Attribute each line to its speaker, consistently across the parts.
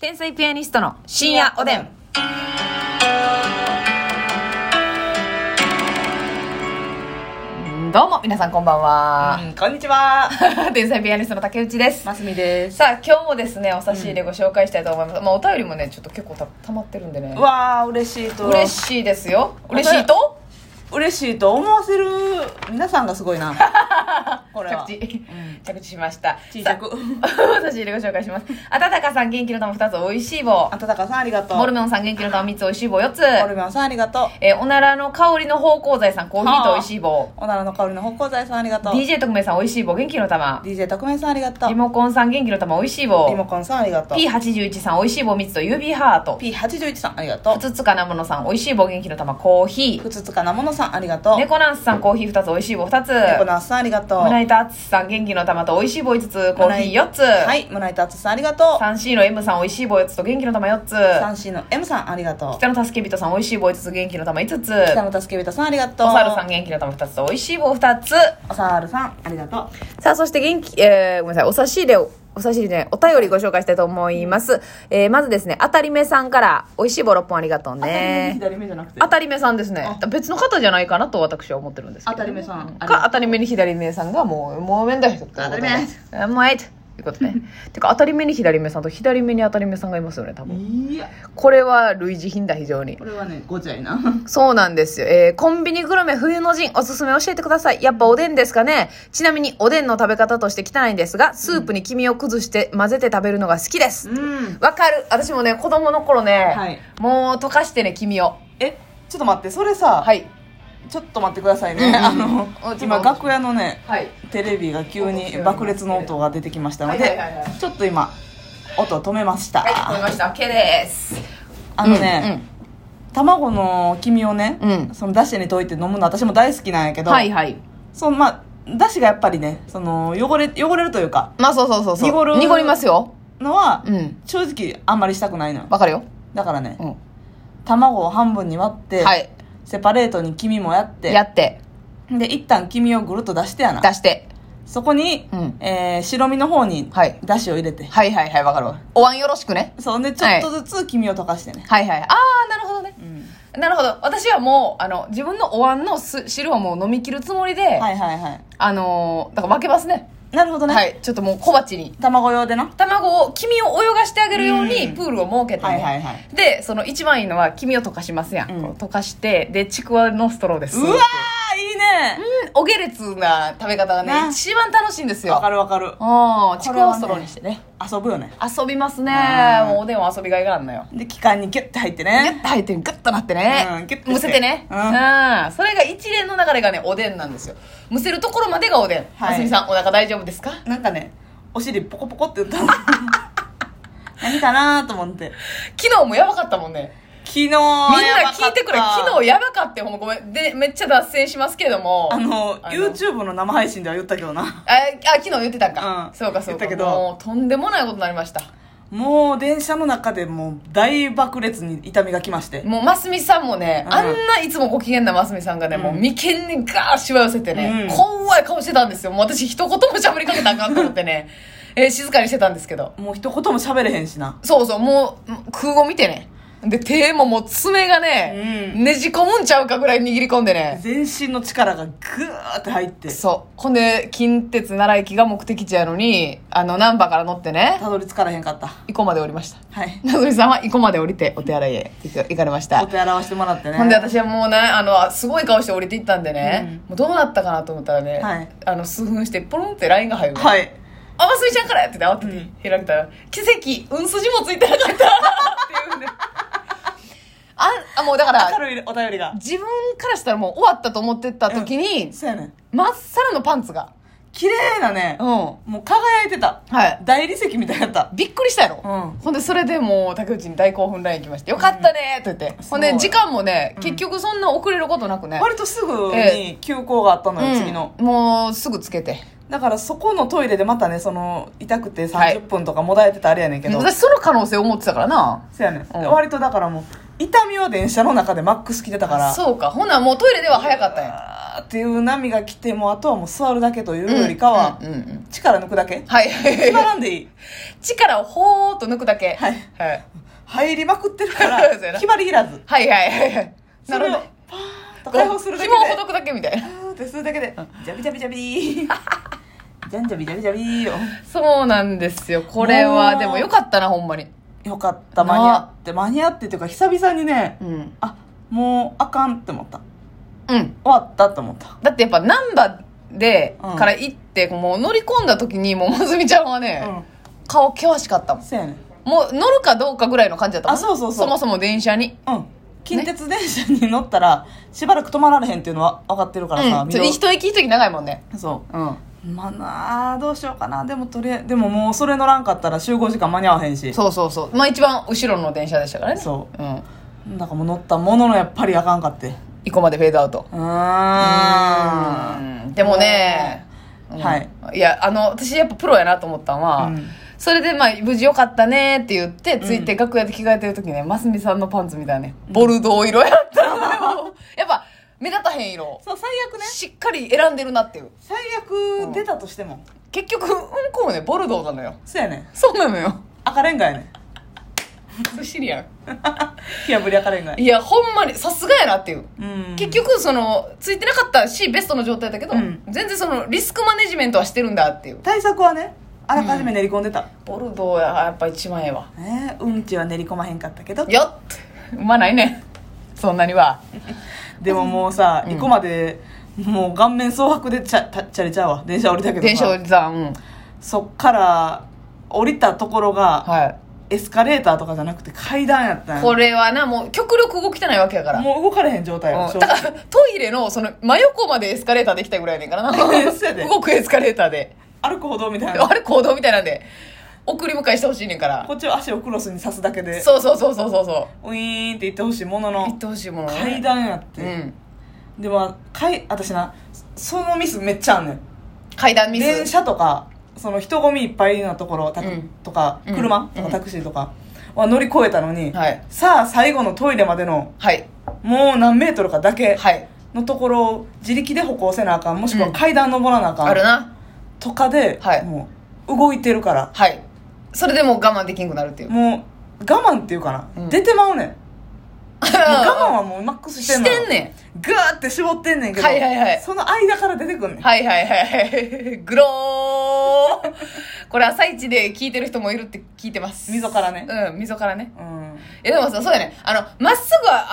Speaker 1: 天才ピアニストの深夜おでん。どうも、皆さんこんばんは。
Speaker 2: うんこんにちは。
Speaker 1: 天才ピアニストの竹内です。
Speaker 2: ますみです。
Speaker 1: さあ、今日もですね、お差し入れご紹介したいと思います。まあ、お便りもね、ちょっと結構た溜まってるんでね。
Speaker 2: うわあ嬉しいと
Speaker 1: 嬉しいですよ。嬉しいと
Speaker 2: 嬉しいと思わせる皆さんがすご いな。これは
Speaker 1: 着。地、 着地しました。
Speaker 2: 小さく
Speaker 1: さあ お差し入れご紹介します。あたたかさん元気の玉2つ、おいしい棒
Speaker 2: あ。たたかさんありがとう。
Speaker 1: モル
Speaker 2: メ
Speaker 1: メオンさん元気の玉3つ、おいしい棒4つ。
Speaker 2: モルメンさんありがとう。
Speaker 1: えーおならの香りの芳香剤さん、コーヒーと美味しい棒。
Speaker 2: おならの香りの北光剤さんありがとう。
Speaker 1: DJ 特命さん、美味しい棒、元気の玉。
Speaker 2: DJ 特命さんありがとう
Speaker 1: リ。モコンさん、元気の玉、美味しい棒
Speaker 2: リ。モコンさんありがとう。
Speaker 1: P81 さん、美味しい棒3つと、指ハート。
Speaker 2: P81 さんありがとう
Speaker 1: ふ。つつかなものさん、美味しい棒、元気の玉、コーヒ
Speaker 2: ふつつかなものさんありがとう。
Speaker 1: ー。猫ナンスさん、コーヒー2つ、美味しい棒2つ。
Speaker 2: 猫ナースさんありがとう。
Speaker 1: 胸板厚さん、元気の玉と、美味しい棒5つ、コーヒー4つ。
Speaker 2: はい、胸板つさんありがとう。
Speaker 1: 3C の M さん、美味しい棒4つと、元気の玉4つ。
Speaker 2: 3C の M さんありがとう。
Speaker 1: 北の助け人さん、美味しい棒5つ、元気の玉5つ。
Speaker 2: 北野助け人さんありがとう。
Speaker 1: おさるさん、元気の玉2つと、美味しい棒2つ。
Speaker 2: おさるさんありがとう。
Speaker 1: さあ、そして元気、えー、ごめんなさい、お差し入れを、お差し入れじゃない、お便りご紹介したいと思います。えー、まずですね、あたりめさんから、美味しい棒6本ありがとうね。
Speaker 2: 左目じゃなくて
Speaker 1: あたりめさんですね。別の方じゃないかなと私は思ってるんですけど、
Speaker 2: 当たりめさんありがとう
Speaker 1: か、あたりめに左目さんがもう、もうめんだ人ってことで
Speaker 2: 当たりめ
Speaker 1: あもうええと。いうことで。てか、当たり目に左目さんと左目に当たり目さんがいますよね、多分。
Speaker 2: いや
Speaker 1: これは類似品だ、非常に
Speaker 2: こ。れはねごちゃいな
Speaker 1: そうなんですよ。えー、コンビニグルメ冬の陣おすすめ教えてください。やっぱおでんですかねちなみにおでんの食べ方として汚いんですが、スープに黄身を崩して混ぜて食べるのが好きです。わ、
Speaker 2: ん
Speaker 1: かる。私もね、子供の頃ね、
Speaker 2: はい
Speaker 1: もう溶かしてね、黄身を。
Speaker 2: えちょっと待ってそれさ、
Speaker 1: はい。
Speaker 2: ちょっと待ってください
Speaker 1: う
Speaker 2: ね、
Speaker 1: んうん
Speaker 2: あの
Speaker 1: うん
Speaker 2: 今楽屋のね
Speaker 1: はい。
Speaker 2: テレビが急に爆裂の音が出てきましたので、
Speaker 1: はいはいはいはい
Speaker 2: ちょっと今音を止めました、
Speaker 1: はい、聞こえました。OK です。
Speaker 2: あのね、卵の黄身をね、
Speaker 1: うん
Speaker 2: そのだしに溶いて飲むの私も大好きなんやけ
Speaker 1: うん、
Speaker 2: ど、
Speaker 1: はいはい。
Speaker 2: そのまあだしがやっぱりねその汚れ汚れるというか
Speaker 1: まあそうそうそうそう。
Speaker 2: 濁る
Speaker 1: 濁りますよ。
Speaker 2: のは、
Speaker 1: うん。
Speaker 2: 正直あんまりしたくないのよ
Speaker 1: わかるよ。
Speaker 2: だからね
Speaker 1: うん。
Speaker 2: 卵を半分に割って、
Speaker 1: はい。
Speaker 2: セパレートに黄身もやって
Speaker 1: やって、
Speaker 2: で一旦黄身をぐるっと出してやな
Speaker 1: 出して。
Speaker 2: そこに、
Speaker 1: うん
Speaker 2: えー白身の方に
Speaker 1: はい
Speaker 2: だしを入れて、
Speaker 1: はいはいはい、わかるわ。お椀よろしくね。
Speaker 2: そうねちょっとずつ黄身を溶かしてね、
Speaker 1: はいはい。あー、なるほどね。
Speaker 2: うん
Speaker 1: なるほど私はもうあの自分のお椀のす汁をもう飲み切るつもりで、
Speaker 2: はいはいは
Speaker 1: あのーだから分けますね
Speaker 2: いなるほどね、
Speaker 1: はいちょっともう小鉢に
Speaker 2: 卵用でな
Speaker 1: 卵を黄身を泳がしてあげるように
Speaker 2: うん
Speaker 1: プールを設けてね、
Speaker 2: はいはいはい
Speaker 1: でその一番いいのは黄身を溶かしますやん、
Speaker 2: うん
Speaker 1: こう溶かしてでちくわのストローです
Speaker 2: うわーいいね
Speaker 1: うんお下劣な食べ方がね
Speaker 2: ね
Speaker 1: 一番楽しいんです
Speaker 2: わ
Speaker 1: よ
Speaker 2: かるわかる
Speaker 1: うんち
Speaker 2: こ
Speaker 1: く
Speaker 2: れはね
Speaker 1: わをストローにしてね
Speaker 2: 遊ぶよね
Speaker 1: 遊びますね
Speaker 2: うん
Speaker 1: もうおでんは遊びがいがあるのよ
Speaker 2: で器官にギュッて入って
Speaker 1: ギュ
Speaker 2: ね
Speaker 1: ッと入ってるグッとなってね、
Speaker 2: うんギュッとして
Speaker 1: むせてね
Speaker 2: うん
Speaker 1: うんそれが一連の流れがねおでんなんですよむせるところまでがおでん
Speaker 2: はい
Speaker 1: ますみさんお腹大丈夫ですか
Speaker 2: なんかねお尻ポコポコって言ったの 何かなーと思って
Speaker 1: 昨日もやばかったもんね
Speaker 2: 昨日みん
Speaker 1: みんな聞いてくれ昨日やばかったよほんまごめんでめっちゃ脱線しますけれども
Speaker 2: あの
Speaker 1: あの
Speaker 2: YouTube の生配信では言ったけどな
Speaker 1: ああ昨日言ってたんか、
Speaker 2: うん
Speaker 1: そうかそうか
Speaker 2: 言ったけど
Speaker 1: もうとんでもないことになりました
Speaker 2: もう電車の中でもう大爆裂に痛みがきまして
Speaker 1: もうますみさんもね、
Speaker 2: うん
Speaker 1: あんないつもご機嫌なますみさんがね、もう眉間にガーッしわ寄せてね、
Speaker 2: うん
Speaker 1: 怖い顔してたんですよもう私一言も喋りかけたらあかんと思ってね、えー静かにしてたんですけど
Speaker 2: もう一言も喋れへんしな
Speaker 1: そうそう、もう、空を見てね。で、手ももう爪がね、
Speaker 2: うん
Speaker 1: ねじ込むんちゃうかぐらい握り込んでね。
Speaker 2: 全身の力がグーって入って
Speaker 1: そう。ほんで、近鉄奈良駅が目的地やのに、あの、難波から乗ってね、
Speaker 2: たどり着かれへんかった
Speaker 1: 生駒で降りました。
Speaker 2: はい
Speaker 1: なずみさんは生駒で降りて、お手洗いへ行かれました
Speaker 2: お。手洗わしてもらってね
Speaker 1: ほんで私はもうね、あの、すごい顔して降りていったんでね、もうどうなったかなと思ったらね、
Speaker 2: はい
Speaker 1: あの、数分して、ポロンってラインが入るの。
Speaker 2: はい
Speaker 1: あ、ますみちゃんからやってて慌て
Speaker 2: う
Speaker 1: て
Speaker 2: ん
Speaker 1: 開けたら、奇跡、うんすじもついてなかったっていうんで。あん、あ、もうだから、
Speaker 2: 明るいお便りが
Speaker 1: 自分からしたらもう終わったと思ってた時に、
Speaker 2: そうやねん
Speaker 1: まっさらのパンツが。
Speaker 2: 綺麗なね
Speaker 1: うん。は
Speaker 2: もう輝いてた
Speaker 1: い。
Speaker 2: 大理石みたいだった
Speaker 1: びっくりしたやろ、
Speaker 2: うん
Speaker 1: ほんでそれでもう竹内に大興奮 LINE 来まして「よかったね」って言って、
Speaker 2: す
Speaker 1: ほ
Speaker 2: ご
Speaker 1: ん
Speaker 2: い
Speaker 1: で時間もね、結局そんな遅れることなくね、
Speaker 2: 割とすぐ
Speaker 1: え
Speaker 2: に休校があったのよ、
Speaker 1: うん
Speaker 2: 次の
Speaker 1: もうすぐつけて
Speaker 2: だからそこのトイレでまたねその痛くて
Speaker 1: はい
Speaker 2: 30分とかもだえてたあれやねんけど、
Speaker 1: 私その可能性思ってたからな
Speaker 2: そうやねん、
Speaker 1: うん
Speaker 2: 割とだからもう痛みは電車の中でマックス来てたから
Speaker 1: そうかほなもうトイレでは早かったんや
Speaker 2: あーっていう波が来てもあとはもう座るだけというよりかは、
Speaker 1: うんうんうん
Speaker 2: 力抜くだけ
Speaker 1: はい。
Speaker 2: 決まらんでいい
Speaker 1: 力をほーっと抜くだけ。
Speaker 2: はい
Speaker 1: はい。
Speaker 2: 入りまくってるか
Speaker 1: そうや
Speaker 2: ら
Speaker 1: な
Speaker 2: 決まりいらず
Speaker 1: はいはいはい。
Speaker 2: それを
Speaker 1: ね
Speaker 2: パーッと解放するだけで
Speaker 1: 紐をほどくだけみたいな。
Speaker 2: パーッてするだけでジャビジャビジャビジャンジャビジャビジャビよ
Speaker 1: そうなんですよ。これ
Speaker 2: も
Speaker 1: は、
Speaker 2: う
Speaker 1: でもよかったな、ほんまに。
Speaker 2: よかった間に合って間に合ってっていうか久々にね
Speaker 1: うん。
Speaker 2: あもうあかんって思った
Speaker 1: うん。
Speaker 2: 終わったって思った
Speaker 1: だってやっぱ、難波で、
Speaker 2: うん
Speaker 1: から行って、もう乗り込んだ時に、もう、まずみちゃんはね、
Speaker 2: うん
Speaker 1: 顔険しかったもん。
Speaker 2: そうやねん
Speaker 1: もう、乗るかどうかぐらいの感じだったもん。
Speaker 2: あそうそうそ
Speaker 1: そ
Speaker 2: う
Speaker 1: もそも電車に。
Speaker 2: うん近鉄電車に乗ったらしばらく止まられへんっていうのは分かってるからさ、
Speaker 1: うん。
Speaker 2: 見
Speaker 1: ちょ
Speaker 2: ろ
Speaker 1: 一息一息長いもんね。
Speaker 2: そ
Speaker 1: うん。
Speaker 2: うまあなあどうしようかなでもとりあえずでももうそれ乗らんかったら集合時間間に合わへんし
Speaker 1: そうそうそう。まあ一番後ろの電車でしたからね。。
Speaker 2: そう
Speaker 1: うん。
Speaker 2: だからもう乗ったもののやっぱりあかんかってう
Speaker 1: 一個までフェードアウト。
Speaker 2: ーん
Speaker 1: うんでもね、
Speaker 2: うん
Speaker 1: うん
Speaker 2: はい。
Speaker 1: いや、あの、私やっぱプロやなと思ったのは、
Speaker 2: うん
Speaker 1: それでまあ、無事よかったねって言って、
Speaker 2: ん
Speaker 1: ついて楽屋で着替えてる時ね、ますみさんのパンツみたいなね、ボルドー色やったの よ。やっぱ、目立たへん色。
Speaker 2: そう最悪ね
Speaker 1: しっかり選んでるなっていう。
Speaker 2: 最悪出たとしても、
Speaker 1: 結局、うんこもね、ボルドーなのよ。
Speaker 2: そうやねん
Speaker 1: そうなのよ。
Speaker 2: 赤レンガやねん
Speaker 1: ずっしりや
Speaker 2: 火破り赤レンガや
Speaker 1: ん。いや、ほんまに、さすがやなっていう。
Speaker 2: うん
Speaker 1: 結局そのついてなかったしベストの状態だけど、
Speaker 2: うん
Speaker 1: 全然そのリスクマネジメントはしてるんだっていう
Speaker 2: 対策はねあらかじめ練り込んでた、
Speaker 1: ボルドーややっぱ一番ええわ
Speaker 2: ねえうんちは練り込まへんかったけど
Speaker 1: よっうまないねんそんなには
Speaker 2: でももうさ、
Speaker 1: うん
Speaker 2: 一個までもう顔面蒼白でちゃたちゃれちゃうわ電車降りたけどさ
Speaker 1: 電車おじさん、うん
Speaker 2: そっから降りたところが
Speaker 1: は
Speaker 2: エスカレーターとかじゃなくて階段やった
Speaker 1: い
Speaker 2: んや
Speaker 1: これはなもう極力動きたないわけやから
Speaker 2: もう動かれへん状態よ
Speaker 1: う
Speaker 2: 正
Speaker 1: んだ
Speaker 2: 直
Speaker 1: からトイレのその真横までエスカレーターできたぐらいやねんからな
Speaker 2: そうやで
Speaker 1: 動くエスカレーターで
Speaker 2: 歩く歩道みたいな
Speaker 1: あれ行動みたいなんで送り迎えしてほしいねんから
Speaker 2: こっちを足をクロスに刺すだけで
Speaker 1: そうそうそうそうそうそ
Speaker 2: ウィーンって行ってほしいもの
Speaker 1: う行っ
Speaker 2: の
Speaker 1: てほしいものね
Speaker 2: 階段やっ
Speaker 1: う
Speaker 2: て、
Speaker 1: ん
Speaker 2: でも階私なそのミスめっちゃあんねん
Speaker 1: 階段ミス
Speaker 2: 電車とかその人混みいっぱいなところタク
Speaker 1: うん
Speaker 2: とか、
Speaker 1: うん
Speaker 2: 車
Speaker 1: う
Speaker 2: と
Speaker 1: ん
Speaker 2: かタクシーとかは乗り越えたのに、
Speaker 1: はい
Speaker 2: さあ最後のトイレまでの
Speaker 1: はい
Speaker 2: もう何メートルかだけ
Speaker 1: はい
Speaker 2: のところを自力で歩行せなあかんもしく
Speaker 1: う
Speaker 2: は
Speaker 1: ん
Speaker 2: 階段登らなあか
Speaker 1: ある
Speaker 2: ん
Speaker 1: な
Speaker 2: とかで、
Speaker 1: はい
Speaker 2: もう動いてるから
Speaker 1: はいそれでもう我慢できんくなるっていう
Speaker 2: もう我慢っていうかな、
Speaker 1: うん
Speaker 2: 出てまうねんもう我慢はもうマックスして
Speaker 1: し
Speaker 2: んのよ
Speaker 1: てんね
Speaker 2: グーって絞ってんねんけど、
Speaker 1: はいはいはい
Speaker 2: その間から出てくんねん
Speaker 1: んはいはいはいはいグローこれ朝一で聞いてる人もいるって聞いてます
Speaker 2: 溝からね
Speaker 1: うん溝からね
Speaker 2: うん
Speaker 1: えでもさそうやねあのまっす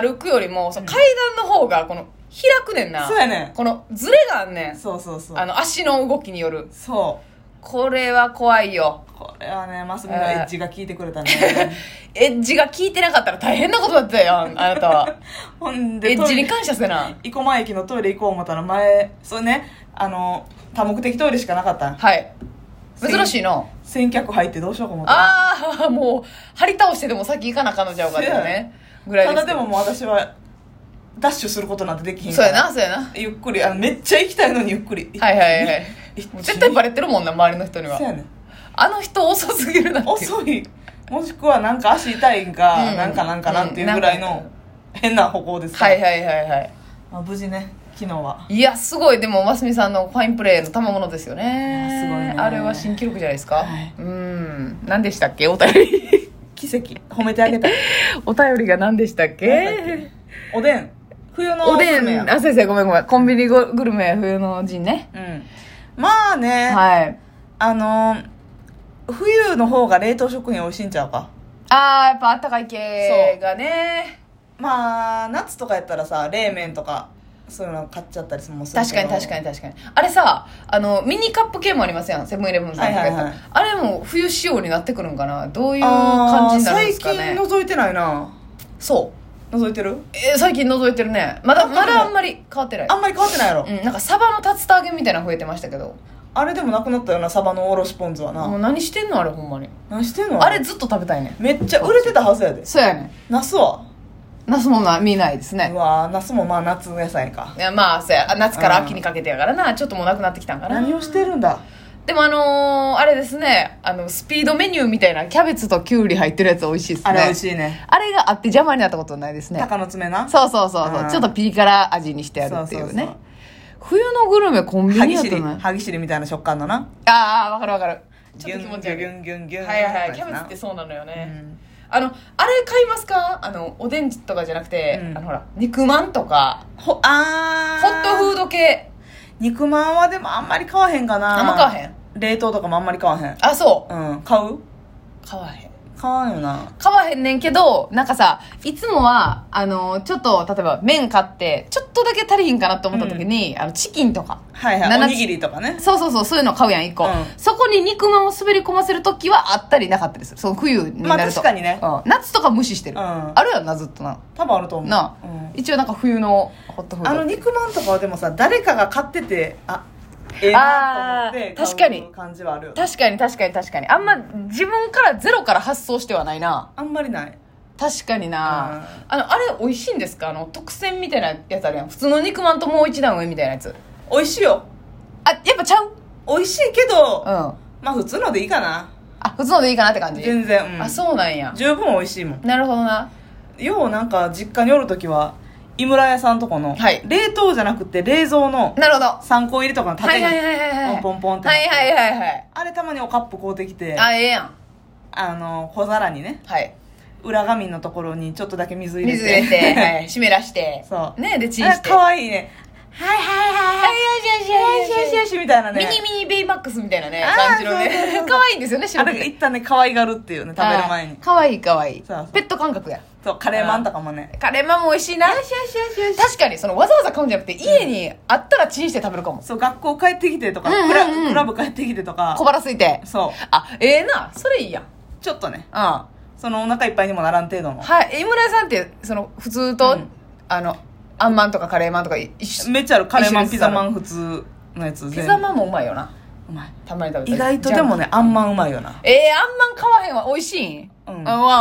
Speaker 1: ぐ歩くよりもその階段の方がこの開くねんな
Speaker 2: そうやねん
Speaker 1: このズレがあんねん
Speaker 2: そうそうそう
Speaker 1: あの足の動きによる
Speaker 2: そう
Speaker 1: これは怖いよ
Speaker 2: これはねマスミのエッジが効いてく れたね
Speaker 1: エッジが効いてなかったら大変なことだったよあ なたは
Speaker 2: ほんで
Speaker 1: エッジに
Speaker 2: トイレ
Speaker 1: 感謝せな
Speaker 2: 生駒駅のトイレ行こう思ったら前そうねあの多目的トイレしかなかった
Speaker 1: はい珍しいな
Speaker 2: 先客入ってどうしようか思った
Speaker 1: ああもう張り倒してでも先行かな彼女ゃうかったよ
Speaker 2: そうや
Speaker 1: ねぐらい
Speaker 2: た
Speaker 1: です
Speaker 2: だでももう私はダッシュすることなんてできひん
Speaker 1: そうやなそうやな
Speaker 2: ゆっくりあのめっちゃ行きたいのにゆっくり
Speaker 1: はいはいはい
Speaker 2: え
Speaker 1: もう絶対バレてるもんな周りの人に
Speaker 2: そう
Speaker 1: は
Speaker 2: やねん
Speaker 1: あの人遅すぎるなっていう
Speaker 2: 遅いもしくはなんか足痛いんか、
Speaker 1: うん
Speaker 2: なんかなんかなっていうぐらい
Speaker 1: うん
Speaker 2: の変な歩行ですか
Speaker 1: は
Speaker 2: ら、
Speaker 1: いはいはいはい
Speaker 2: まあ、無事ね昨日はい
Speaker 1: やすごいでもますみさんのファインプレーの賜物ですよ
Speaker 2: いやすごい
Speaker 1: ね
Speaker 2: ね
Speaker 1: あれは新記録じゃないですか、
Speaker 2: はいう
Speaker 1: ーん何でしたっけお便り
Speaker 2: 奇跡褒めてあげたい
Speaker 1: お便りが何でしたっ
Speaker 2: 何だっけ
Speaker 1: け
Speaker 2: おでん冬の
Speaker 1: おで
Speaker 2: グルメや
Speaker 1: んあ先生ごめんごめんコンビニグルメ冬の陣ね
Speaker 2: うんまあね、
Speaker 1: はい
Speaker 2: あのー冬の方が冷凍食品美味しいんちゃうか
Speaker 1: あーやっぱあったかい系がね
Speaker 2: まあ夏とかやったらさ冷麺とかそういうの買っちゃったりもする
Speaker 1: 確かに確かに確かにあれさあのミニカップ系もありますやんセブンイレブンさんとかやったら、
Speaker 2: はいはいはい
Speaker 1: あれも冬仕様になってくるんかなどういう
Speaker 2: あ
Speaker 1: 感じ
Speaker 2: ー
Speaker 1: になるんですか
Speaker 2: 最
Speaker 1: ね
Speaker 2: 近覗いてないな
Speaker 1: そう
Speaker 2: 覗いてる
Speaker 1: えー最近覗いてるねまだ
Speaker 2: なんか
Speaker 1: ま
Speaker 2: ね
Speaker 1: だあんまり変わってない
Speaker 2: あんまり変わってないやろ、
Speaker 1: うん、なんかサバの竜田揚げみたいなの増えてましたけど
Speaker 2: あれでもなくなったよなサバのおろしポン酢はな、
Speaker 1: もう何してんのあれほんまに
Speaker 2: 何してんの
Speaker 1: あれずっと食べたいね
Speaker 2: めっちゃ売れてたはずやで
Speaker 1: そうやね
Speaker 2: ナスは
Speaker 1: ナスもな見ないです
Speaker 2: う
Speaker 1: ね
Speaker 2: わーナスもまあ夏野菜か
Speaker 1: いやまあそうやあ夏から秋にかけてやからなちょっともうなくなってきたんかな
Speaker 2: 何をしてるんだ
Speaker 1: でもあのーあれですねあのスピードメニューみたいなキャベツとキュウリ入ってるやつ美味しいですね
Speaker 2: あれ美味しいね
Speaker 1: あれがあって邪魔になったことないですね
Speaker 2: 鷹の爪な
Speaker 1: そうそうそうそう
Speaker 2: うん
Speaker 1: ちょっとピリ辛味にしてやるっていうね
Speaker 2: そうそう
Speaker 1: 冬のグルメコンビ
Speaker 2: 歯
Speaker 1: ニ
Speaker 2: ぎ
Speaker 1: やっ
Speaker 2: しり
Speaker 1: たない
Speaker 2: 歯ぎしりみたいな食感のな
Speaker 1: ああわかるわかるちょっと気持ち悪い
Speaker 2: ギュンギュンギュンギュン
Speaker 1: はいはいキャベツってそうなのよね、あのあれ買いますかあのおでんとかじゃなくて、
Speaker 2: うん
Speaker 1: あのほら肉まんとか
Speaker 2: ほあ
Speaker 1: ホットフー
Speaker 2: ド
Speaker 1: ド系
Speaker 2: 肉まんはでもあんまり買わへんかな
Speaker 1: あんま買わへん
Speaker 2: ん冷凍とかもあんまり買わへん
Speaker 1: あそう
Speaker 2: うん買う
Speaker 1: 買わへん
Speaker 2: 買わんよな
Speaker 1: 買わへんねんけどなんかさいつもはあのちょっと例えば麺買ってちょっとだけ足りひんかなと思った時に、あのチキンとか
Speaker 2: はいはい
Speaker 1: 七
Speaker 2: お
Speaker 1: つ
Speaker 2: にぎりとかね
Speaker 1: そうそうそうそういうの買うやん一個、
Speaker 2: うん
Speaker 1: そこに肉まんを滑り込ませる時はあったりなかったりするその冬になると
Speaker 2: まあ確かにね
Speaker 1: うん夏とか無視してる、
Speaker 2: うん
Speaker 1: あるやんなずっとな
Speaker 2: 多分あると思う
Speaker 1: なあ、
Speaker 2: うん
Speaker 1: 一応なんか冬のホットフード
Speaker 2: あの肉まんとかはでもさ誰かが買っててあええなと思って
Speaker 1: あー確かに
Speaker 2: 買う感じはあるよ
Speaker 1: 確かに確かに確かにあんま自分からゼロから発想してはないな
Speaker 2: あんまりない
Speaker 1: 確かにな、あのあれ美味しいんですかあの特選みたいなやつあるやん普通の肉まんともう一段上みたいなやつ
Speaker 2: 美味しいよ
Speaker 1: あやっぱちゃううん
Speaker 2: 美味しいけど、
Speaker 1: あ
Speaker 2: まあ普通のでいいかな
Speaker 1: 普通のでいいかなって感じ、
Speaker 2: 全然、うん
Speaker 1: あそうなんや
Speaker 2: 十分美味しいもん
Speaker 1: なるほどな
Speaker 2: ようなんか実家におる時は井村屋さんとこの、
Speaker 1: はい
Speaker 2: 冷凍じゃなくて冷蔵の
Speaker 1: なるほど
Speaker 2: 3個入りとかの
Speaker 1: は
Speaker 2: 縦
Speaker 1: い
Speaker 2: に、
Speaker 1: はいはいはいはい
Speaker 2: ポンポンポンって
Speaker 1: はいはいはいはい
Speaker 2: あれたまにおカップ買うてきてあ
Speaker 1: あええやん
Speaker 2: の小皿にね
Speaker 1: はい
Speaker 2: 裏紙のところにちょっとだけ水入れて
Speaker 1: 水入れて、はい、湿らして
Speaker 2: そう
Speaker 1: ねでチン
Speaker 2: あれ
Speaker 1: して
Speaker 2: かわいいねはい
Speaker 1: あ
Speaker 2: はいはい
Speaker 1: よしよ
Speaker 2: はい
Speaker 1: しよしよし
Speaker 2: しよしみたいなね
Speaker 1: ミニミニベイマックスみたいなね
Speaker 2: あー
Speaker 1: 感じの
Speaker 2: そうそう
Speaker 1: ね
Speaker 2: そう
Speaker 1: 可愛いんですよね白
Speaker 2: あ
Speaker 1: く
Speaker 2: れ
Speaker 1: て
Speaker 2: 一旦ね可愛がるっていうね食べる前に
Speaker 1: 可愛い可愛い
Speaker 2: そうそう
Speaker 1: ペット感覚や
Speaker 2: そうカレーマンとかもね
Speaker 1: カレーマンも美味しいな確かにそのわざわざ買うんじゃなくて家にあったらチンして食べるかも
Speaker 2: そう学校帰ってきてとか、
Speaker 1: うんうんうん
Speaker 2: クラブクラブ帰ってきてとか
Speaker 1: 小腹空いて
Speaker 2: そう
Speaker 1: あええなそれいいやん
Speaker 2: ちょっとね
Speaker 1: うん
Speaker 2: そのお腹いっぱいにもならん程度の
Speaker 1: はい井村屋さんってその普通
Speaker 2: う
Speaker 1: と
Speaker 2: ん
Speaker 1: あのあんまんとかカレーまんとか一緒
Speaker 2: めっちゃあるカレーマン
Speaker 1: 一緒で
Speaker 2: ピ
Speaker 1: す
Speaker 2: ザマン普通のやつ全部
Speaker 1: ピザまんもうまいよな
Speaker 2: うまい
Speaker 1: たまに食べた
Speaker 2: 意
Speaker 1: ら
Speaker 2: 外とでもねあんまんうまいよな
Speaker 1: えー、あんまん買わへんわ美味しいん、
Speaker 2: うん
Speaker 1: あわ